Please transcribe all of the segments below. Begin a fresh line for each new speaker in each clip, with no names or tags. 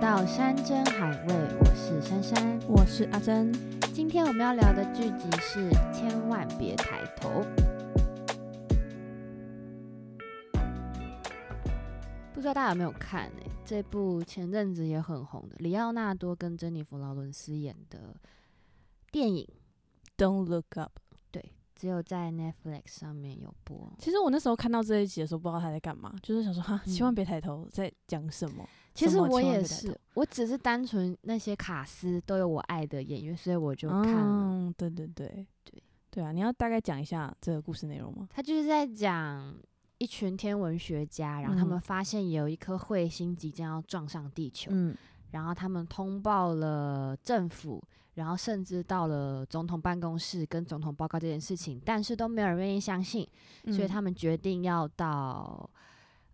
到山珍海味，我是珊珊。
我是阿珍。
今天我们要聊的剧集是《千万别抬头》。不知道大家有没有看、欸、这部前阵子也很红的里奥纳多跟珍妮弗·劳伦斯演的电影，
Don't look up。
对，只有在 Netflix 上面有播。
其实我那时候看到这一集的时候，不知道他在干嘛，就是想说哈，
嗯
千万别抬头，在讲什么？
其实
什么
我
千万
也
别抬
是
头，
我只是单纯那些卡司都有我爱的演员，所以我就看了。
嗯，对对对
对
对啊！你要大概讲一下这个故事内容吗？
他就是在讲一群天文学家，然后他们
嗯
发现有一颗彗星即将要撞上地球，
嗯
然后他们通报了政府，然后甚至到了总统办公室跟总统报告这件事情，但是都没有人愿意相信，所
嗯
以他们决定要到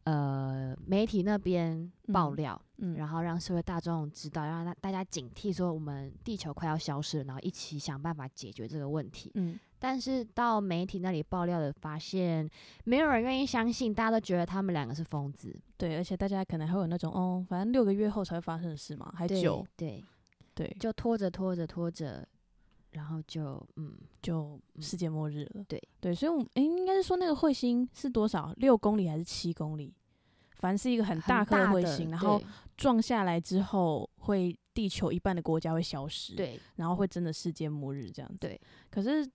呃媒体那边爆
嗯
料。
嗯
然后让社会大众知道，让大大家警惕，说我们地球快要消失了，然后一起想办法解决这个问题。
嗯
但是到媒体那里爆料的，发现没有人愿意相信，大家都觉得他们两个是疯子，
对，而且大家可能还会有那种哦，反正六个月后才会发生的事嘛，还
对
久
对，
对，
就拖着拖着拖着，然后就嗯，
就
嗯
世界末日了。
对
对，所以我们诶、应该是说那个彗星是多少？六公里还是七公里？反正是一个很大颗
的
彗星，然后
对
撞下来之后，会地球一半的国家会消失，，
对
然后会真的世界末日这样子。
对，
可是，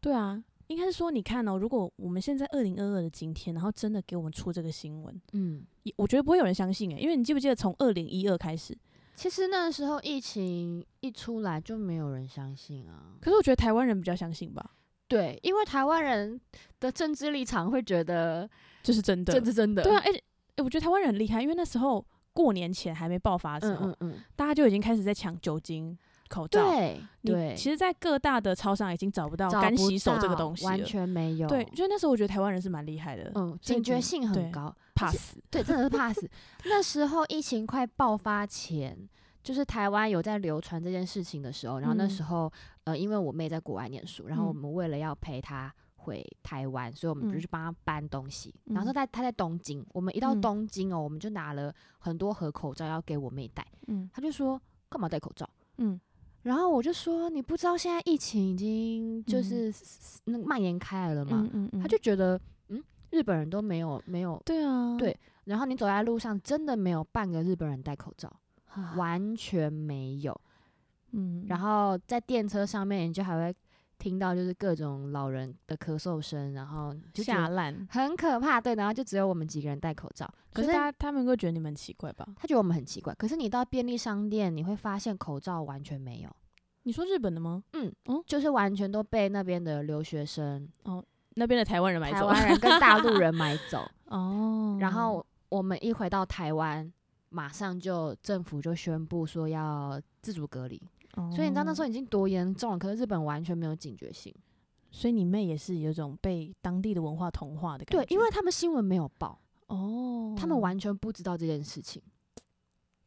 对啊，应该是说，你看哦，如果我们现在二零二二的今天，然后真的给我们出这个新闻，
嗯，
也我觉得不会有人相信诶、欸因为你记不记得从二零一二开始？
其实那时候疫情一出来就没有人相信啊，
可是我觉得台湾人比较相信吧，
对，因为台湾人的政治立场会觉得
这是真的，
这是真的，
对啊，而且、诶我觉得台湾人很厉害，因为那时候过年前还没爆发的时
嗯
候，
嗯嗯，
大家就已经开始在抢酒精、口罩。
对
你
对，
其实，在各大的超商已经找不到
找
干
不
洗手这个
到
东西
完
了
全没有，
对，就那时候我觉得台湾人是蛮厉害的，
哦嗯，
所以
警觉
你
性很
对
高，
怕
且
死。
对，真的是怕死。那时候疫情快爆发前，就是台湾有在流传这件事情的时候，然后那
嗯
时候、呃，因为我妹在国外念书，然后我
嗯
们为了要陪她回台湾，所以我们就
嗯
去帮她搬东西。然后
嗯
在她在东京，我们一到
嗯
东京哦，我们就拿了很多盒口罩要给我妹戴，
嗯
她就说干嘛戴口罩？
嗯，
然后我就说你不知道现在疫情已经就
嗯
是、那个蔓延开来了嘛，
嗯嗯嗯，
她就觉得嗯，日本人都没有没有
对啊，
对然后你走在路上，真的没有半个日本人戴口罩，
啊，
完全没有。
嗯，
然后在电车上面，你就还会听到就是各种老人的咳嗽声，然后就觉
下
得
烂，
很可怕，对。然后就只有我们几个人戴口罩，可
可
是
是他他们会觉得你们很奇怪吧？
他觉得我们很奇怪。可是你到便利商店，你会发现口罩完全没有，
你说日本的吗？
就是完全都被那边的留学生、
那边的台湾人买
台
走
湾人跟大陆人买走。
哦，
然后我们一回到台湾，马上就政府就宣布说要自主隔离。
哦
所以你知道那时
候，
候已经多严重了，可是日本完全没有警觉性。
所以你妹也是有一种被当地的文化同化的感
对
觉，，
因为他们新闻没有报，
哦，
他们完全不知道这件事情。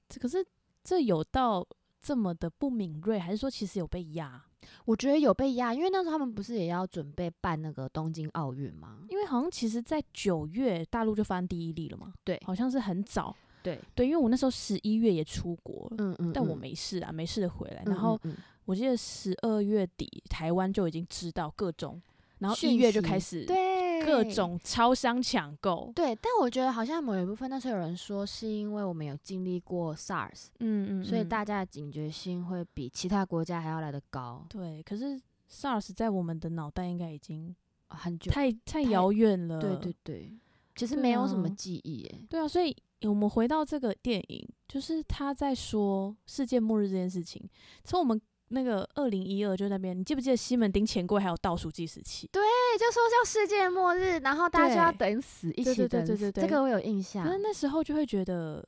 这，可是这有到这么的不敏锐，还是说其实有被压？
我觉得有被压，因为那时候他们不是也要准备办那个东京奥运吗？
因为好像其实，在九月大陆就发生第一例了嘛，
对
好像是很早，
欸对，
对，因为我那时候十一月也出国了，
嗯嗯
但我
嗯
没事啊，没事的回来。
嗯
然后
嗯嗯
我记得十二月底台湾就已经知道各种，然后一
讯
月就
息
开始
对
呃各种超商抢购。
对，但我觉得好像某一部分那时候有人说，是因为我们有经历过 SARS，、
嗯嗯
所以
嗯
大家的警觉性会比其他国家还要来得高、
对，可是 SARS 在我们的脑袋应该已经
啊很久。
太太
太
遥远了。
对对对，其实
对
没有什么
啊
记忆耶、
对啊，所以我们回到这个电影，就是他在说世界末日这件事情，从我们。那个二零一二就那边，你记不记得西门町钱柜还有倒数计时器？
对，就说叫世界末日，然后大家就要
对
等死，一
对
起
对对
等
对
死。
对
这
对
个我有印象
可。是那时候就会觉得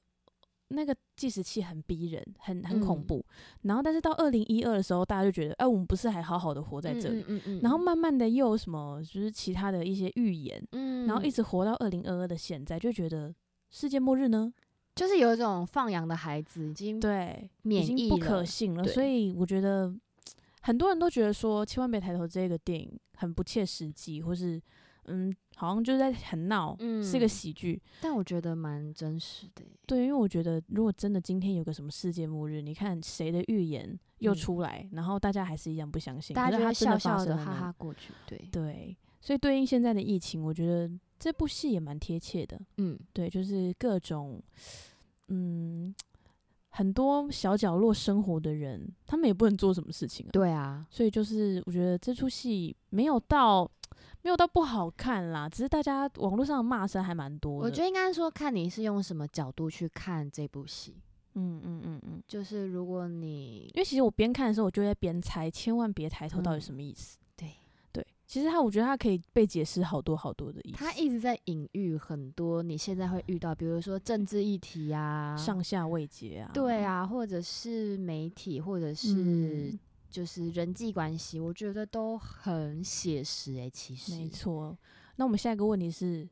那个计时器很逼人，很很恐
嗯
怖。然后，但是到二零一二的时候，大家就觉得，哎、我们不是还好好的活在这里？
嗯嗯嗯嗯
然后慢慢的又有什么，就是其他的一些预言，
嗯
然后一直活到二零二二的现在，就觉得世界末日呢，
就是有一种放羊的孩子已经
对，
免
已经
疫
不可
了
信了。
对
所以我觉得很多人都觉得说，千万别抬头这个电影很不切实际，或是嗯，好像就是在很闹，
嗯
是个喜剧。
但我觉得蛮真实的耶，
对，因为我觉得如果真的今天有个什么世界末日，你看谁的预言又
嗯
出来，然后大家还是一样不相信，
大
可
家
是
就
它
会
真
笑笑
的发生
的
了
哈
呢
哈过去，对，
对，所以对应现在的疫情，我觉得这部戏也蛮贴切的。
嗯，
对，就是各种，嗯，很多小角落生活的人，他们也不能做什么事情啊。
对啊，
所以就是，我觉得这出戏没有到没有到不好看啦，只是大家网络上的骂声还蛮多的。
我觉得应该说看你是用什么角度去看这部戏，
嗯嗯嗯嗯，
就是如果你
因为其实我边看的时候，我就在边猜，千万别抬头到底
嗯
什么意思。
对
对，其实他我觉得他可以被解释好多好多的意思，
他一直在隐喻很多你现在会遇到，比如说政治议题啊，
上下未结啊。
对，啊，或者是媒体，或者是
嗯，
就是人际关系，我觉得都很写实诶、其实
没错。那我们下一个问题是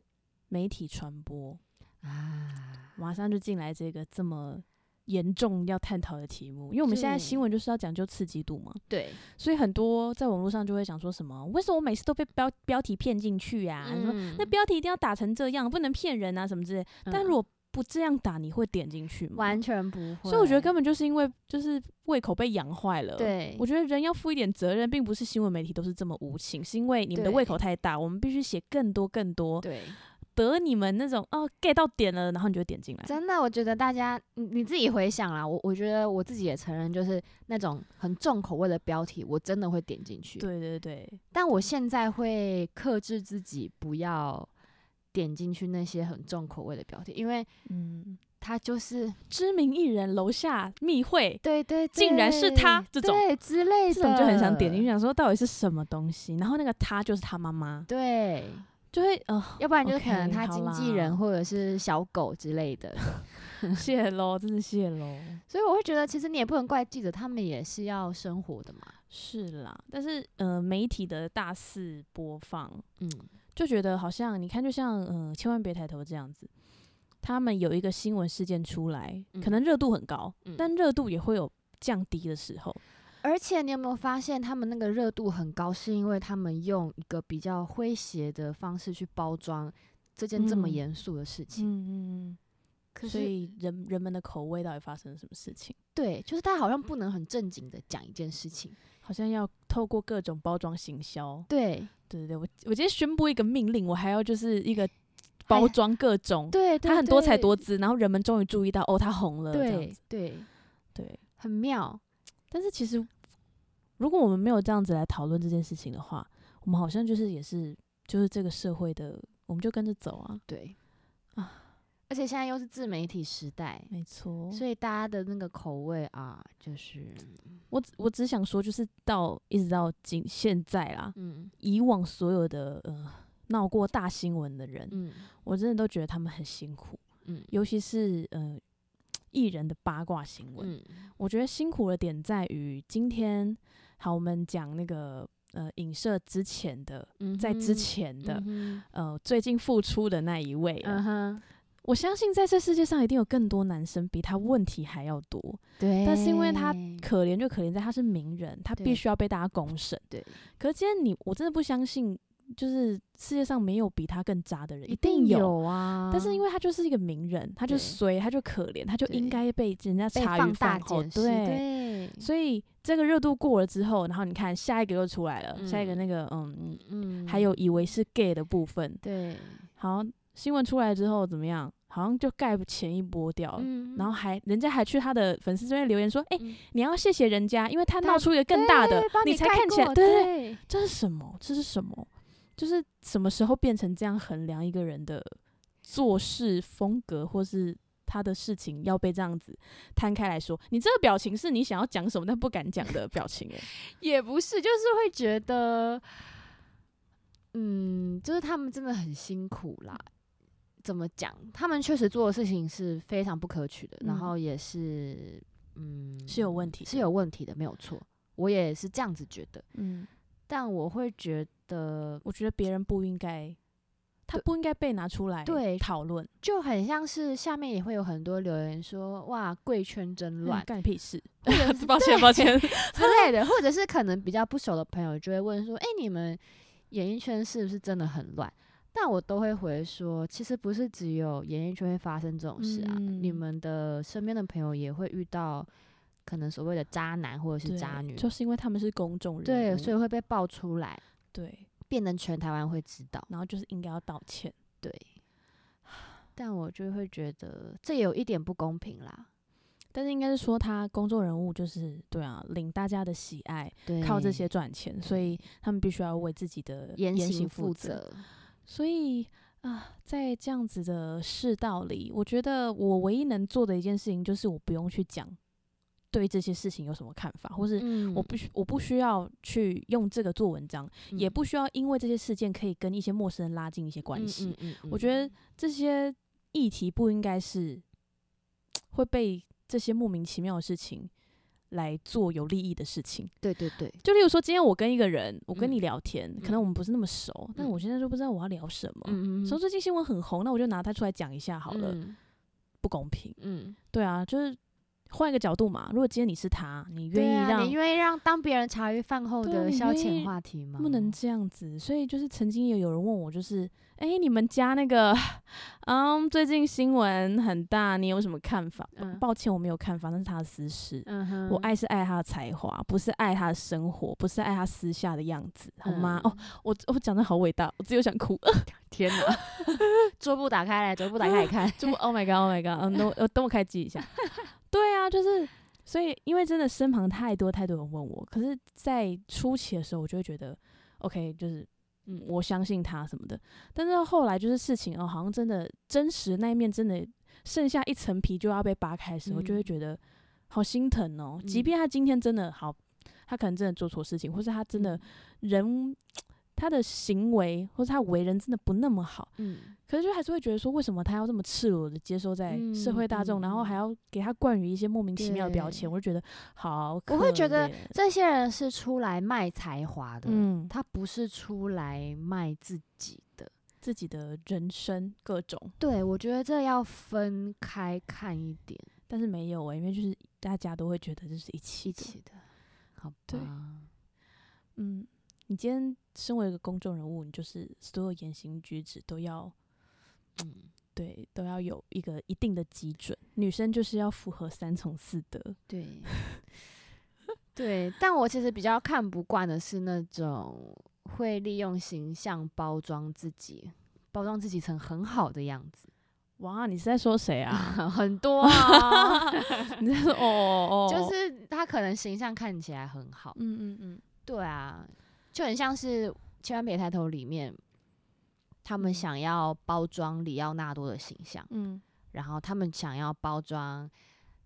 媒体传播，
啊，
马上就进来这个这么严重要探讨的题目，因为我们现在新闻就是要讲究刺激度嘛，
对，
所以很多在网络上就会讲说什么，为什么我每次都被标标题骗进去啊？什么
嗯
那标题一定要打成这样，不能骗人啊什么之类。但
嗯
如果不这样打，你会点进去吗？
完全不会，
所以我觉得根本就是因为就是胃口被养坏了。。
对
我，觉得人要负一点责任，并不是新闻媒体都是这么无情，是因为你们的
对
胃口太大，我们必须写更多更多，
对，
得你们那种哦 get 到点了，然后你就点进来。
真的，我觉得大家你你自己回想啦，我我觉得我自己也承认，就是那种很重口味的标题，我真的会点进去，
对对对，
但我现在会克制自己，不要点进去那些很重口味的标题，因为
嗯，
它就是
知名艺人楼下密会，
对对，
竟然是他
对
这种
对之类的，
这种就很想点进去，想说到底是什么东西。然后那个他就是他妈妈，
对，
就会呃
哦要不然就是可
OK，
能他
好
经
啦
纪人或者是小狗之类的，
谢喽，真的谢喽。
所以我会觉得其实你也不能怪记者，他们也是要生活的嘛。
是啦，但是呃，媒体的大肆播放，
嗯，
就觉得好像你看，就像呃，千万别抬头这样子。他们有一个新闻事件出来，可
嗯
能热度很高，
嗯
但热度也会有降低的时候。
而且你有没有发现他们那个热度很高，是因为他们用一个比较诙谐的方式去包装这件这么
嗯
严肃的事情。
嗯嗯
可
所
是
以人人们的口味到底发生了什么事情？
对，就是他好像不能很正经的讲一件事情。
好像要透过各种包装行销。
对
对对对，我我今天宣布一个命令，我还要就是一个包装各种，
对，
它哦很多才多姿，然后人们终于注意到哦，它红了这样
对
子。
对，
对，
很妙。
但是其实如果我们没有这样子来讨论这件事情的话，我们好像就是也是就是这个社会的，我们就跟着走啊，
对
啊
而且现在又是自媒体时代，
没错。
所以大家的那个口味啊，就是
我只我只想说，就是到一直到今现在啦，
嗯
以往所有的呃闹过大新闻的人，
嗯
我真的都觉得他们很辛苦。
嗯
尤其是呃艺人的八卦新闻，
嗯
我觉得辛苦的点在于今天，好，我们讲那个呃影射之前的，
嗯
在之
哼
前的、
嗯
呃最近复出的那一位
哼
了
嗯哼，
我相信在这世界上一定有更多男生比他问题还要多，
对，
但是因为他可怜就可怜在他是名人，他必
嗯对
须要被大家公审。
对
可是今天你，我真的不相信。就是世界上没有比他更渣的人，
一
定
定
有
有啊，
但是因为他就是一个名人，他就
对
衰，他就可怜，他就应
对
该被人家
被
茶余
放大
饭后。
检视，
对，
对，
所以这个热度过了之后，然后你看下一个又出来了，下一个
嗯
那个嗯，
嗯，
还有以为是 gay 的部分，
对，
好，新闻出来之后怎么样？好像就盖前一波掉了。
嗯
然后还人家还去他的粉丝这边留言说：“哎、
嗯
你要谢谢人家，因为他
他
闹出一个更大的
对，帮
才
盖
看起来
过
对对对，
对
这是什么？这是什么？就是什么时候变成这样衡量一个人的做事风格，或是他的事情要被这样子摊开来说？你这个表情是你想要讲什么但不敢讲的表情、 欸，
也不是，就是会觉得，嗯，就是他们真的很辛苦啦。怎么讲？他们确实做的事情是非常不可取的，
嗯
然后也是，嗯，
是有问题的
是有问题的，没有错。我也是这样子觉得，
嗯，
但我会觉得
我觉得别人不应该，他
对
不应该被拿出来
对
讨论，
就很像是下面也会有很多留言说，哇，贵圈真
乱
乱
嗯干你屁事。
或者是
抱歉，抱歉，
之类的，或者是可能比较不熟的朋友就会问说，哎、你们演艺圈是不是真的很乱？但我都会回说，其实不是只有演艺圈会发生这种事啊，你
嗯
们的身边的朋友也会遇到可能所谓的渣男或者是
对
渣女，
就是因为他们是公众人物，
对，所以
以
会被爆出来，
对，
变成全台湾会知道。
然后就是应该要道歉。
对，但我就会觉得这有一点不公平啦。
但是应该是说他公众人物就是对啊，领大家的喜爱，
对，
靠这些赚钱，所以他们必须要为自己的
言
行
行
负
负
责。
责，
所以啊，在这样子的世道里，我觉得我唯一能做的一件事情就是我不用去讲对这些事情有什么看法，或是
嗯
我不需我不需要去用这个做文章，也
嗯
不需要因为这些事件可以跟一些陌生人拉近一些关系。，
嗯嗯嗯
我
嗯
觉得这些议题不应该是会被这些莫名其妙的事情来做有利益的事情。
对对对，
就例如说，今天我跟一个人，我跟你
嗯
聊天，可能我们不是那么熟，但
嗯
我现在就不知道我要聊什么。
嗯
说最近新闻很红，那我就拿它出来讲一下好了，
嗯
不公平。
嗯，
对啊，就是换一个角度嘛。如果今天你是他，你愿
对
意
啊，
让
你愿意让当别人茶余饭后
对啊
的
你
消
愿
遣
意
话题吗？
不能这样子。所以就是曾经也有人问我，就是哎、诶你们家那个， 嗯，最近新闻很大，你有什么看法？
嗯
抱歉，我没有看法，那是他的私事。
嗯哼，
我爱是爱他的才华，不是爱他的生活，不是爱他私下的样子，好吗？
嗯
哦，我我讲的好伟大，我只有想哭。
天哪！ 桌布打开来，桌布打开来看。
就 Oh my God，Oh my God，嗯，等我呃等我开机一下。对啊，就是所以，因为真的身旁太多太多人问我，可是，在初期的时候，我就会觉得 OK，就是嗯，我相信他什么的。但是后来就是事情哦，好像真的真实那一面真的剩下一层皮就要被扒开的时候，就会
嗯
觉得好心疼哦。即
嗯
便他今天真的好，他可能真的做错事情，或是他 真
嗯
的人。他的行为或者他为人真的不那么好，
嗯，
可是就还是会觉得说，为什么他要这么赤裸的接受在社会大
嗯嗯
众，然后还要给他冠予一些莫名其妙的标签？
对
我就觉得好可
我
怜，
会觉得这些人是出来卖才华的，
嗯，
他不是出来卖自己的。
自己的人生各种，
对，我觉得这要分开看一点，
但是没有欸诶、因为就是大家都会觉得这是一起
一
的，
起的，好
对
吧？
嗯，你今天身为一个公众人物，你就是所有言行举止都要
嗯，
对都要有一个一定的基准，女生就是要符合三从四德，
对，对。但我其实比较看不惯的是那种会利用形象包装自己，包装自己成很好的样子，
哇，你是在说谁啊？
很多啊。
你在说哦哦哦，
就是他可能形象看起来很好，
嗯嗯嗯，
对啊，就很像是《千万别抬头》里面，他们
嗯
想要包装里奥纳多的形象，
嗯
然后他们想要包装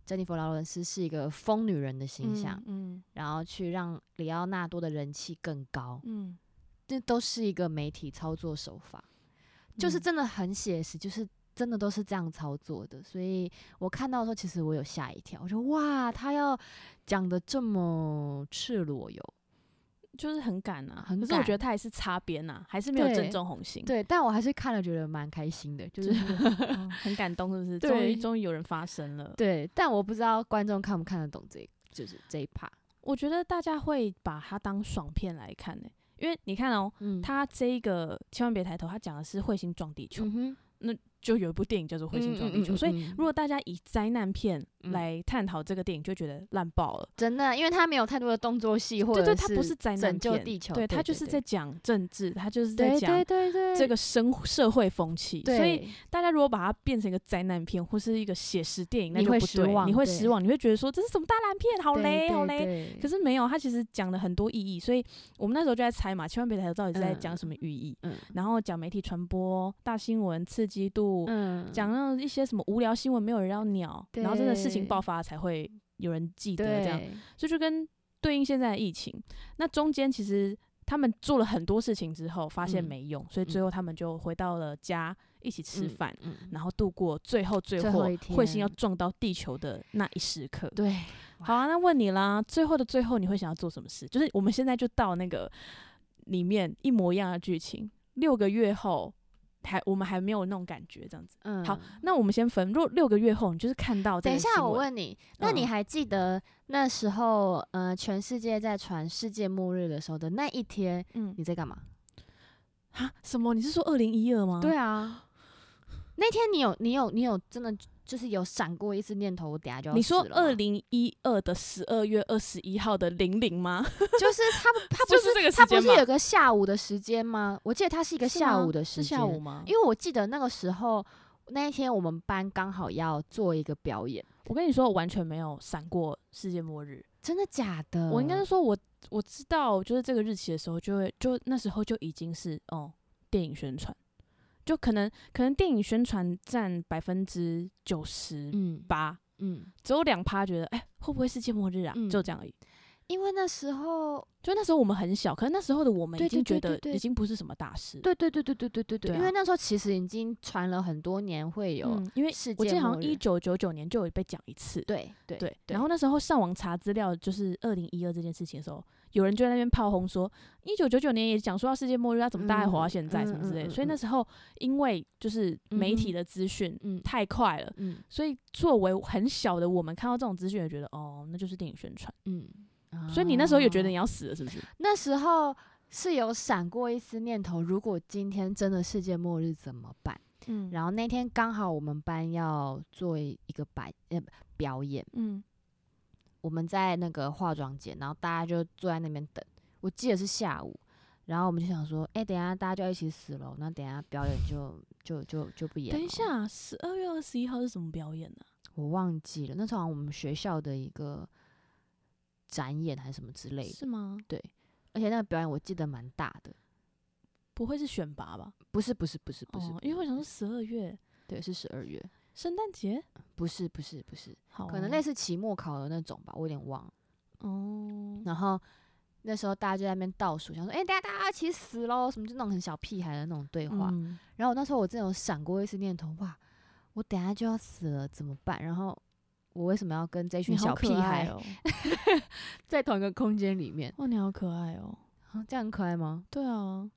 珍妮弗·劳伦斯是一个疯女人的形象，
嗯
然后去让里奥纳多的人气更高，
嗯，
这都是一个媒体操作手法，就是
嗯
真的很写实，就是。真的都是这样操作的，所以我看到的时候，其实我有吓一跳，我说哇，他要讲的这么赤裸哟，
就是很赶啊，
很
可是我
赶
觉得他也是擦边呐、还是没有正
对
中红心，
对，但我还是看了觉得蛮开心的，就
就是是嗯 很感动，是不是？终于
对
终于有人发声了。
对，但我不知道观众看不看得懂这就是这一 part。
我觉得大家会把它当爽片来看呢、因为你看哦、
嗯
他这一个千万别抬头，他讲的是彗星撞地球，
嗯哼，嗯
就有一部电影叫做《彗星撞地球》，所以
以
如果大家以灾难片
嗯
来探讨这个电影，就觉得烂爆了。
真的，因为他没有太多的动作戏，或
对
者
对，它不是灾难
拯救
片，
地球，
对，
对
它就是在
对
讲政治，它就是在
对
讲
对对对
这个生社会风气，
对，
所以大家如果把它变成一个灾难片或是一个写实电影，那
你
就
会
不
失
对，
望
你会
对
失望，你会觉得说这是什么大烂片，好
对
雷好雷。
对
可
是
是没有，它其实讲了很多意义，所以我们那时候就在猜嘛，千万别抬头到底是在讲什么寓意，
嗯
然后讲媒体传播、大新闻、刺激度，
嗯
讲那种一些什么无聊新闻没有人要鸟，然后真的事情
对
爆发才会有人记得
对嗯
这样，所以就跟对应现在的疫情。那中间其实他们做了很多事情之后，发现
嗯
没用，所以最后他们就回到了家一起吃
嗯
饭，
嗯
然后度过最后最
最
后
后一
彗星要
天
撞到地球的那一时刻。
对
好啊，那问你啦，最后的最后你会想要做什么事？就是我们现在就到那个里面一模一样的剧情，六个月后。还我们还没有那种感觉，这样子。
嗯
好那我们先分，如果六个月后你就是看到这
等
个
一
新闻，
下，我问你，那
嗯
你还记得那时候，呃，全世界在传世界末日的时候的那一天，
嗯，
你在干嘛？
啊？什么？你是说二零一二吗？
对啊，那天你有你有你有真的就是有闪过一次念头，我等下就要
你说
死了吗
二零一二的十二月二十一号的零零 吗？
就是他不他不
就是
是
这个时
他不
间
是
吧
有个下午的时间吗？我记得他是一个
是
下
吗
午的时
是
间，
下午吗？
因为我记得那个时候那一天我们班刚好要做一个表演，
我跟你说，我完全没有闪过世界末日。
真的假的？
我应该是说我，我知道，就是这个日期的时候，就会就那时候就已经是哦、电影宣传，就可能可能电影宣传占百分之九十
嗯
八，
嗯，
只有两趴觉得哎、会不会世界末日啊？
嗯
就这样而已。
因为那时候
就那时候我们很小，可是那时候的我们
对
已
对
经觉
对
得
对对
已经不是什么大事。
对对对对对对对对，
对啊
因为那时候其实已经传了很多年会有、
嗯，因为
世
我
界
记得好
末
像
日
一九九九年就有被讲一次。
对对
对，然后那时候上网查资料，就是二零一二这件事情的时候，有人就在那边炮轰说，一九九九年也讲说要世界末日，要怎么大家还活到现在、
嗯
什么之
嗯嗯
类的。
嗯
所以那时候因为就是媒体的资讯、
嗯
太快了，
嗯
所以作为很小的我们看到这种资讯，也觉得哦，那就是电影宣传。
嗯，
所以你那时候也觉得
啊
你要死了，是不是？
那时候是有闪过一丝念头，如果今天真的世界末日怎么办？
嗯后
然后那天刚好我们班要做一个摆呃表演，
嗯，
我们在那个化妆间，然后大家就坐在那边等。我记得是下午，然后我们就想说，哎、等一下大家就要一起死了，那等一下表演就就就就不演。
等一，下，十二月二十一号是什么表演呢、
我忘记了，那时候好像我们学校的一个展演还是什么之类的，
是吗？
而且那个表演我记得蛮大的，
不会是选拔吧？
不是不是不是不是，
哦，因为我想
不
说
是
十二月
对是十二月，
圣诞节，
不是不是不是，
好、啊
可能类似期末考的那种吧，我有点忘了。
哦，
然后那时候大家就在那边倒数，想说，哎、大家大家一起死喽，什么就那种很小屁孩的那种对话。
嗯
然后我那时候我真的有闪过一丝念头，哇，我等下就要死了，怎么办？然后我为什么要跟这群
你好
小
可
屁孩、
爱哦，
在同一个空间里面、
哇，你好可爱哦，
啊这样很可爱吗、
对啊，
嗯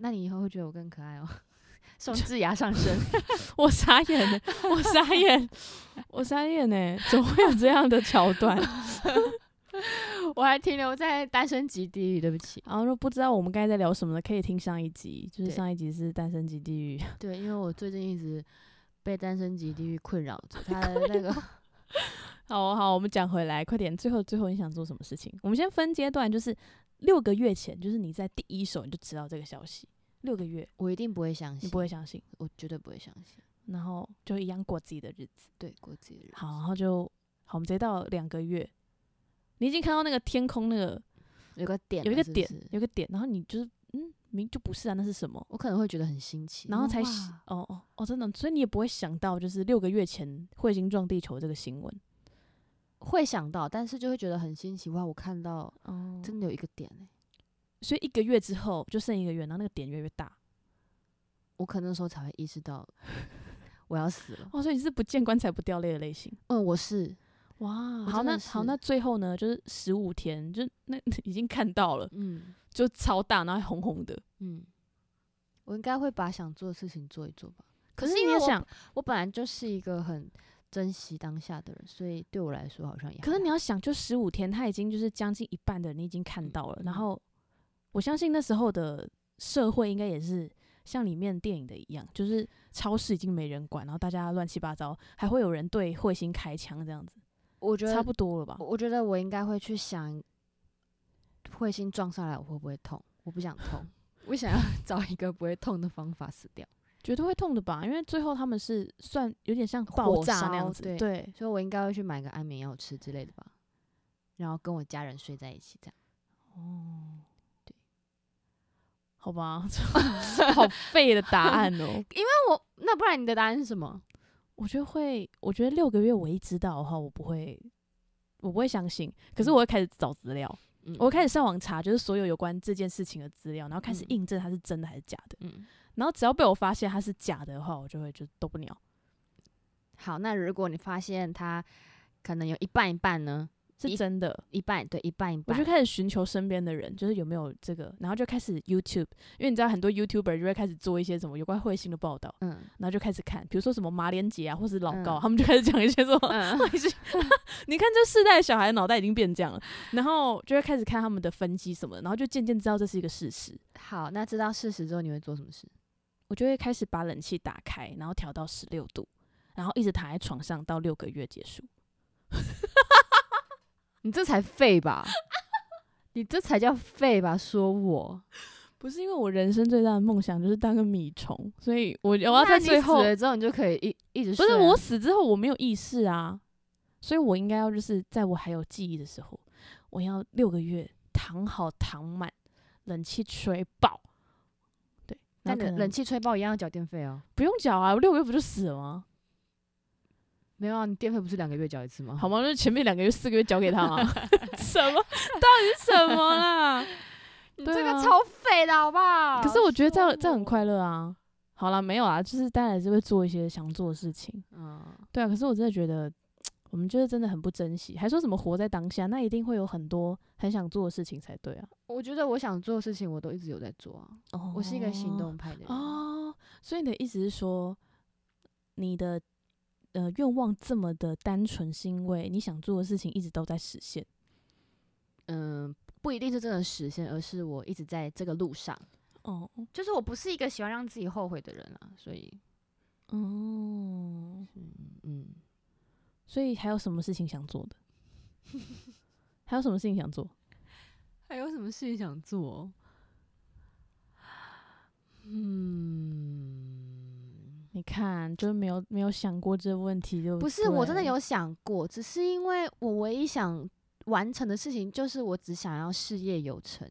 那你以后会觉得我更可爱哦。 宋智雅上 身，
我傻眼了，我傻 眼，我傻眼呢，怎么会有这样的桥段？
我还停留在单身级地狱，对不起。
然后说不知道我们刚才在聊什么的，可以听上一集，就
对
是上一集是《单身级地狱》，
对，因为我最近一直被单身级地狱困扰 着，他的那个
好哦好，我们讲回来，快点，最后最后你想做什么事情？我们先分阶段，就是六个月前，就是你在第一手你就知道这个消息，六个月
我一定不会相
你
信，
不会相信，
我绝对不会相信。
然后就一样过自己的日子。
对，过自己的日子
好，然后就好，我们直接到两个月，你已经看到那个天空那个
有个点
有一
了
个
是不
点，
是
有一个点，然后你就是嗯，明就不是啊，那是什么？
我可能会觉得很新奇，
然后
因为
才
哇
喜哦哦哦，真的，所以你也不会想到，就是六个月前彗星撞地球这个新闻
会想到，但是就会觉得很新奇。哇，我看到
哦
真的有一个点、欸、
所以一个月之后就剩一个月，然后那个点越来越大
我可能那时候才会意识 到我要死了。
哦，所以你是不见棺材不掉泪的类型
嗯，我是
哇。
我
好，
真的
那好，
是
那最后呢，就是十五天，就那 已经看到了，
嗯
就超大，然后还红红的。
嗯，我应该会把想做的事情做一做吧。可
是
因
你
为
要
我
想，
我本来就是一个很珍惜当下的人，所以对我来说好像也还好。
可是你要想，就十五天，他已经就是将近一半的人你已经看
嗯
到了，
嗯
然后我相信那时候的社会应该也是像里面电影的一样，就是超市已经没人管，然后大家乱七八糟，还会有人对彗星开枪这样子，
我觉得
差不多了吧？
我我觉得我应该会去想，彗星撞上来我会不会痛？我不想 痛，我想要 找一个不会痛的方法死掉，
绝对会痛的吧？因为最后他们是算有点像爆
火
炸那
烧
样子，
对
对。
所以我应该会去买个安眠药吃之类的吧，然后跟我家人睡在一起这样。
哦，对，好吧， 好废的答案哦。
那我那不然你的答案是什么？
我觉得会，我觉得六个月我一知道的话，我不会，我不会相信。可是
嗯
我会开始找资料，
嗯
我会开始，上网查，就是所有有关这件事情的资料，然后开始
嗯
印证它是真的还是假的。
嗯，
然后只要被我发现它是假的话，我就会就都不鸟。
好，那如果你发现它可能有一半一半呢，
是
一
真的。
一半对一半一
我就
半，
开始寻求身边的人，就是有没有这个，然后就开始 YouTube，因为你知道很多 YouTuber 就会开始做一些什么有关彗星的报道，
嗯
然后就开始看，比如说什么马连杰啊，或是老高，
嗯
他们就开始讲一些这种
嗯
已经，你看这世代小孩的脑袋已经变这样了，然后就会开始看他们的分析什么的，然后就渐渐知道这是一个事实。
好，那知道事实之后你会做什么事？
我就会开始把冷气打开，然后调到十六度，然后一直躺在床上到六个月结束。
你这才废吧？你这才叫废吧？说我，
不是因为我人生最大的梦想就是当个米虫，所以我我
我
要在最后
了之后，你就可以一一直
不
睡
是
啊
我死之后我没有意识啊，所以我应该要就是在我还有记忆的时候，我要六个月躺好躺满，冷气吹爆，对，
但
然后可
冷
能
冷气吹爆一样要缴电费哦。
不用缴啊，我六个月不就死了吗？
没有啊，你电费不是两个月缴一次吗？
好吗？就是前面两个月四个月交给他嘛，嗯 什么？ 到底是什么 啦？
你
对
这个
啊
超废的好不好？
可是我觉得这
说
样这样很
我
快。乐啊。好啦，没有啊，就是当然还是会做一些想做的事情。
嗯，
对啊，可是我真的觉得我们就是真的很不珍惜，还说什么活在当下，那一定会有很多很想做的事情才对啊。
我觉得我想做的事情我都一直有在做啊。
哦
我是一个行动派的人。
哦，所以你的意思是说，你的呃愿望这么的单纯，是因为你想做的事情一直都在实现。
嗯，不一定是真的实现，而是我一直在这个路上。
哦
就是我不是一个喜欢让自己后悔的人啊，所以
哦，
嗯，
所以还有什么事情想做的？ 还有什么事情想做？
还有什么事情想做？嗯，
你看，就是没有没有想过这个问题就
不是，我真的
对
有想过，只是因为我唯一想完成的事情就是我只想要事业有成，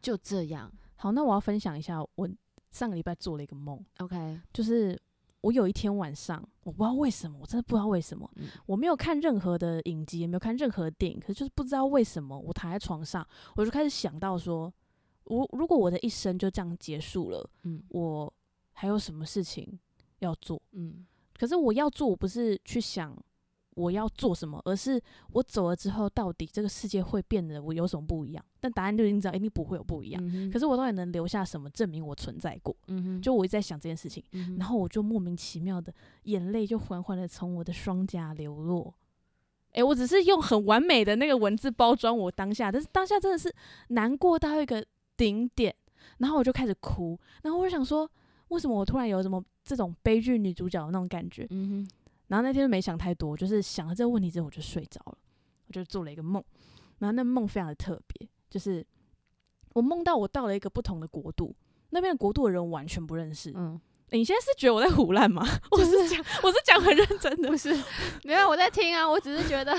就这样。
好，那我要分享一下，我上个礼拜做了一个梦，
OK，
就是我有一天晚上，我不知道为什么，我真的不知道为什么，
嗯
我没有看任何的影集，也没有看任何的电影，可是就是不知道为什么，我躺在床上，我就开始想到说，我如果我的一生就这样结束了，
嗯
我还有什么事情要做？
嗯
可是我要做，我不是去想我要做什么，而是我走了之后，到底这个世界会变得我有什么不一样？但答案就已经知道，一定不会有不一样。
嗯哼，
可是我到底能留下什么证明我存在过？
嗯哼，
就我一直在想这件事情，
嗯哼
然后我就莫名其妙的眼泪就缓缓的从我的双颊流落。诶、我只是用很完美的那个文字包装我当下，但是当下真的是难过到一个顶点，然后我就开始哭，然后我就想说，为什么我突然有什么这种悲剧女主角的那种感觉？
嗯哼。
然后那天就没想太多，就是想了这个问题之后我就睡着了，我就做了一个梦，然后那梦非常的特别，就是我梦到我到了一个不同的国度，那边的国度的人我完全不认识。
嗯，
欸你现在是觉得我在胡乱吗？ 我是讲，我是讲很认真 的，不是
没有，我在听啊，我只是觉得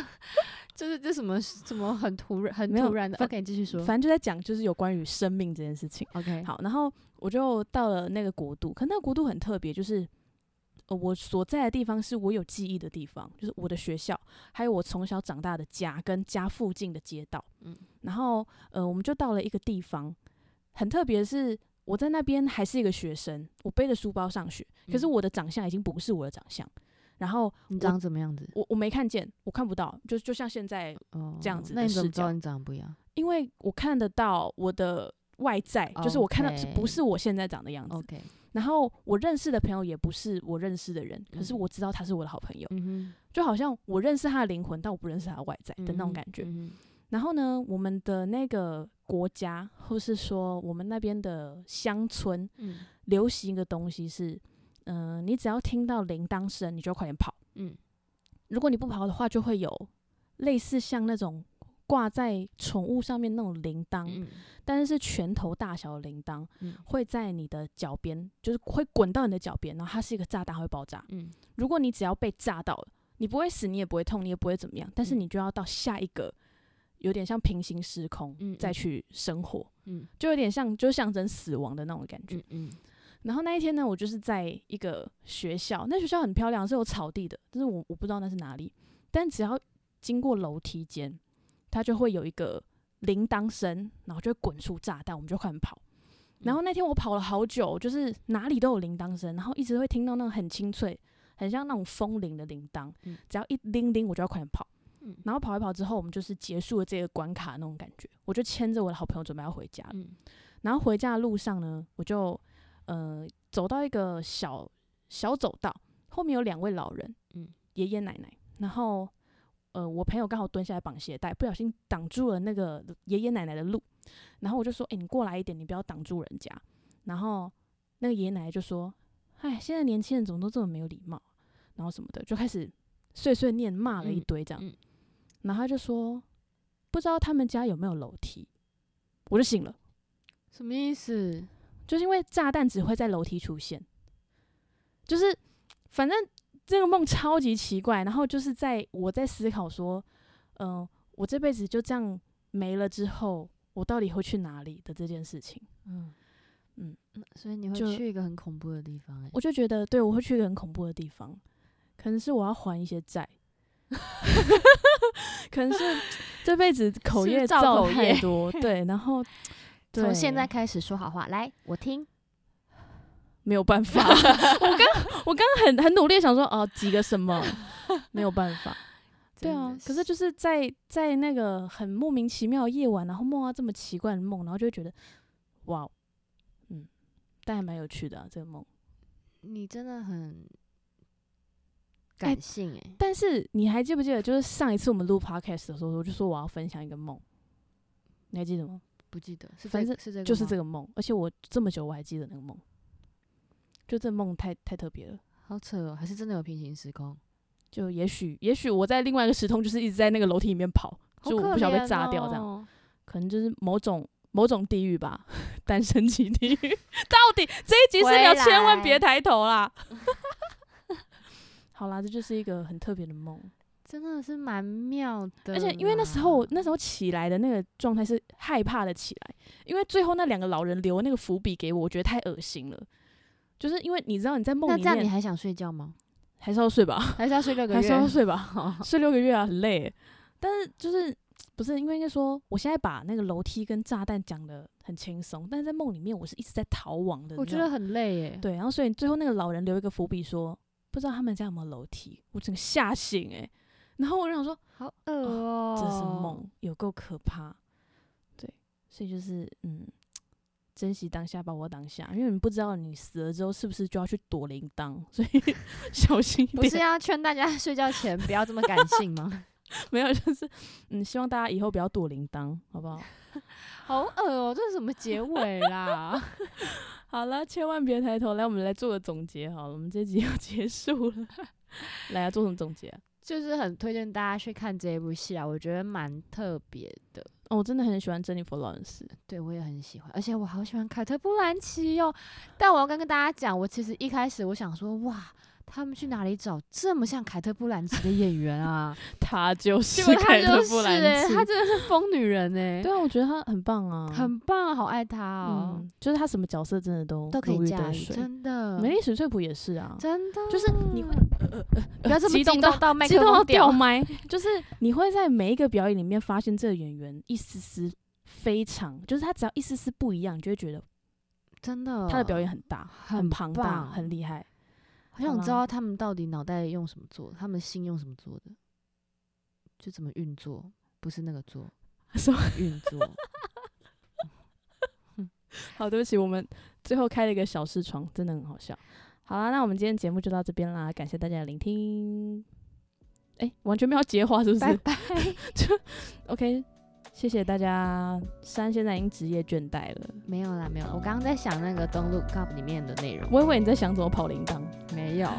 就是这什么什么很突然，很
没有
突然的。
反
OK，你继续说。
反正就在讲就是有关于生命这件事情。
OK，，
好，然后我就到了那个国度，可那个国度很特别，就是、呃、我所在的地方是我有记忆的地方，就是我的学校，还有我从小长大的家跟家附近的街道。
嗯
嗯，然后呃，我们就到了一个地方，很特别的是。我在那边还是一个学生，我背着书包上学，可是
嗯
我的长相已经不是我的长相。然后
你
我
长什么样子？
我我没看见，我看不到，就就像现在，
哦，
这样子
那
的
你怎么
视
知道
角
你长得不一样
因为我看得到我的外在就是我看到是
OK
不是我现在长的样子
？OK，
然后我认识的朋友也不是我认识的人，可是
嗯
我知道他是我的好朋友，
嗯哼
就好像我认识他的灵魂，但我不认识他的外在的那种感觉。
嗯
然后呢，我们的那个国家，或是说我们那边的乡村，
哼嗯
流行一个东西是，嗯、你只要听到铃铛声，你就快点跑。
嗯
如果你不跑的话，就会有类似像那种挂在宠物上面那种铃铛，
嗯
但是是拳头大小的铃铛，
嗯
会在你的脚边，就是会滚到你的脚边，然后它是一个炸弹，它会爆炸。
嗯
如果你只要被炸到了，你不会死，你也不会痛，你也不会怎么样，但是
嗯
你就要到下一个有点像平行时空、
嗯嗯
再去生活，
嗯
就有点像就象征死亡的那种感觉。
嗯嗯
然后那一天呢，我就是在一个学校，那学校很漂亮，是有草地的，但是我我不知道那是哪里。但只要经过楼梯间，它就会有一个铃铛声，然后就会滚出炸弹，我们就快点跑。
嗯
然后那天我跑了好久，就是哪里都有铃铛声，然后一直会听到那种很清脆，很像那种风铃的铃铛
嗯。
只要一铃铃，我就要快点跑。
嗯嗯
然后跑一跑之后，我们就是结束了这个关卡那种感觉。我就牵着我的好朋友准备要回家了。
嗯
然后回家的路上呢，我就呃走到一个小小走道，后面有两位老人，
嗯，
爷爷奶奶。然后呃，我朋友刚好蹲下来绑鞋带，不小心挡住了那个爷爷奶奶的路。然后我就说：“哎、你过来一点，你不要挡住人家。”然后那个爷爷奶奶就说：“哎，现在年轻人怎么都这么没有礼貌，然后什么的，就开始碎碎念骂了一
嗯
堆这样。
嗯
然后他就说：“不知道他们家有没有楼梯？”我就醒了。
什么意思？
就是因为炸弹只会在楼梯出现，就是反正这个梦超级奇怪。然后就是在我在思考说，嗯、我这辈子就这样没了之后，我到底会去哪里的这件事情，
嗯
嗯
嗯，所以你会
就
去一个很恐怖的地方、欸，
我就觉得对我会去一个很恐怖的地方，可能是我要还一些 债。可能是这辈子口
是
业
造
造
口
太
业
多，对，然后
从现
对
在开始说好话，来，我听。
没有 办法。我刚我刚很很努力地想说哦、几个 什么，没有办法。对啊
真的，
可是就是在在那个很莫名其妙的夜晚，然后梦到这么奇怪的梦，然后就会觉得哇，嗯，但还蛮有趣的、啊、这个梦。
你真的很
哎
感性哎、
但是你还记不记得，就是上一次我们录 podcast 的时候，我就说我要分享一个梦，你还记得吗？
不记得是
反
这
正
是这个
就是这
个，
个梦，而且我这么久我还记得那个梦，就这梦太太特别了。
好扯哦，还是真的有平行时空，
就也许，也许我在另外一个时空，就是一直在那个楼梯里面跑，
好
就我
可
不想被
怜
炸掉，这样、
哦
可能就是某种某种地狱吧， 单身级地狱。 到底这一集是聊，
回来
千万别抬 头啦。好啦，这就是一个很特别的梦，
真的是蛮妙的啦。
而且因为那时候我 那时候起来的那个状态是害怕的起来，因为最后那两个老人留那个伏笔给我，我觉得太恶心了。就是因为你知道你在梦
那
里
这样你
面
还想睡觉吗？
还是要睡吧，
还是要睡 六个
还是
月？
要睡吧。
好
睡六个月啊，很累欸。但是就是不是因为应该说，我现在把那个楼梯跟炸弹讲的很轻松，但是在梦里面我是一直在逃亡的。
我
你
觉
知道
得
吗
很累欸耶、
对，然后所以最后那个老人留一个伏笔说，不知道他们家有没有楼梯，我整个吓醒诶、然后我就想说，
好恶哦、
这是梦，有够可怕。对，所以就是嗯。珍惜当下，把握当下，因为你不知道你死了之后是不是就要去躲铃铛，所以 小心一点。
不 是要劝大家睡觉前不要这么感性吗？
没有，就是嗯，希望大家以后不要躲铃铛，好不好？
好恶哦、这是什么结尾啦？
好了，千万别抬头。来，我们来做个总结好了，我们这集要结 束了。来啊，做什么总结啊、
就是很推荐大家去看这一部戏啊，我觉得蛮特别的。
哦，我真的很喜欢珍妮弗·劳伦斯。
对，我也很喜欢，而且我好喜欢凯特·布兰奇哦。但我要跟跟大家讲，我其实一开始我想说，哇，他们去哪里找这么像凯特·布兰奇的演员啊？
她 就
结
是
果他
凯特
就
·布
是、
兰
欸，
奇。
她真的是疯女人哎、
对啊，我觉得她很棒啊，
很棒啊，好爱她哦，
嗯，就是她什么角色真的都
都可
如
以
鱼
驾
得
驭，
水。
真的，
梅丽史翠普也是啊，
真的
就是你会呃
不要这么
激
激
动
动
到
到麦
激
克
动到
风
掉
掉。
麦，就是你会在每一个表演里面发现这个演员一丝丝非常，就是他只要一丝丝不一样，你就会觉得
真的，
他的表演很大、很
呃很
庞大、
棒
很厉害。
好想知
好
道
啦
他们到底脑袋用什么做的，他们心用什么做的，就怎么运作，不是那个做
什么？
运作。
好，对不起，我们最后开了一个小视窗，真的很好笑。好啦，那我们今天节目就到这边啦，感谢大家的聆听。哎、完全没有接话，是不
拜
是
拜。
？OK，谢谢大家。珊现在已经职业倦怠了，
没有啦，没有。我刚刚在想那个《Don't Look Up》里面的内容，
我以为你在想怎么跑铃铛。
没有。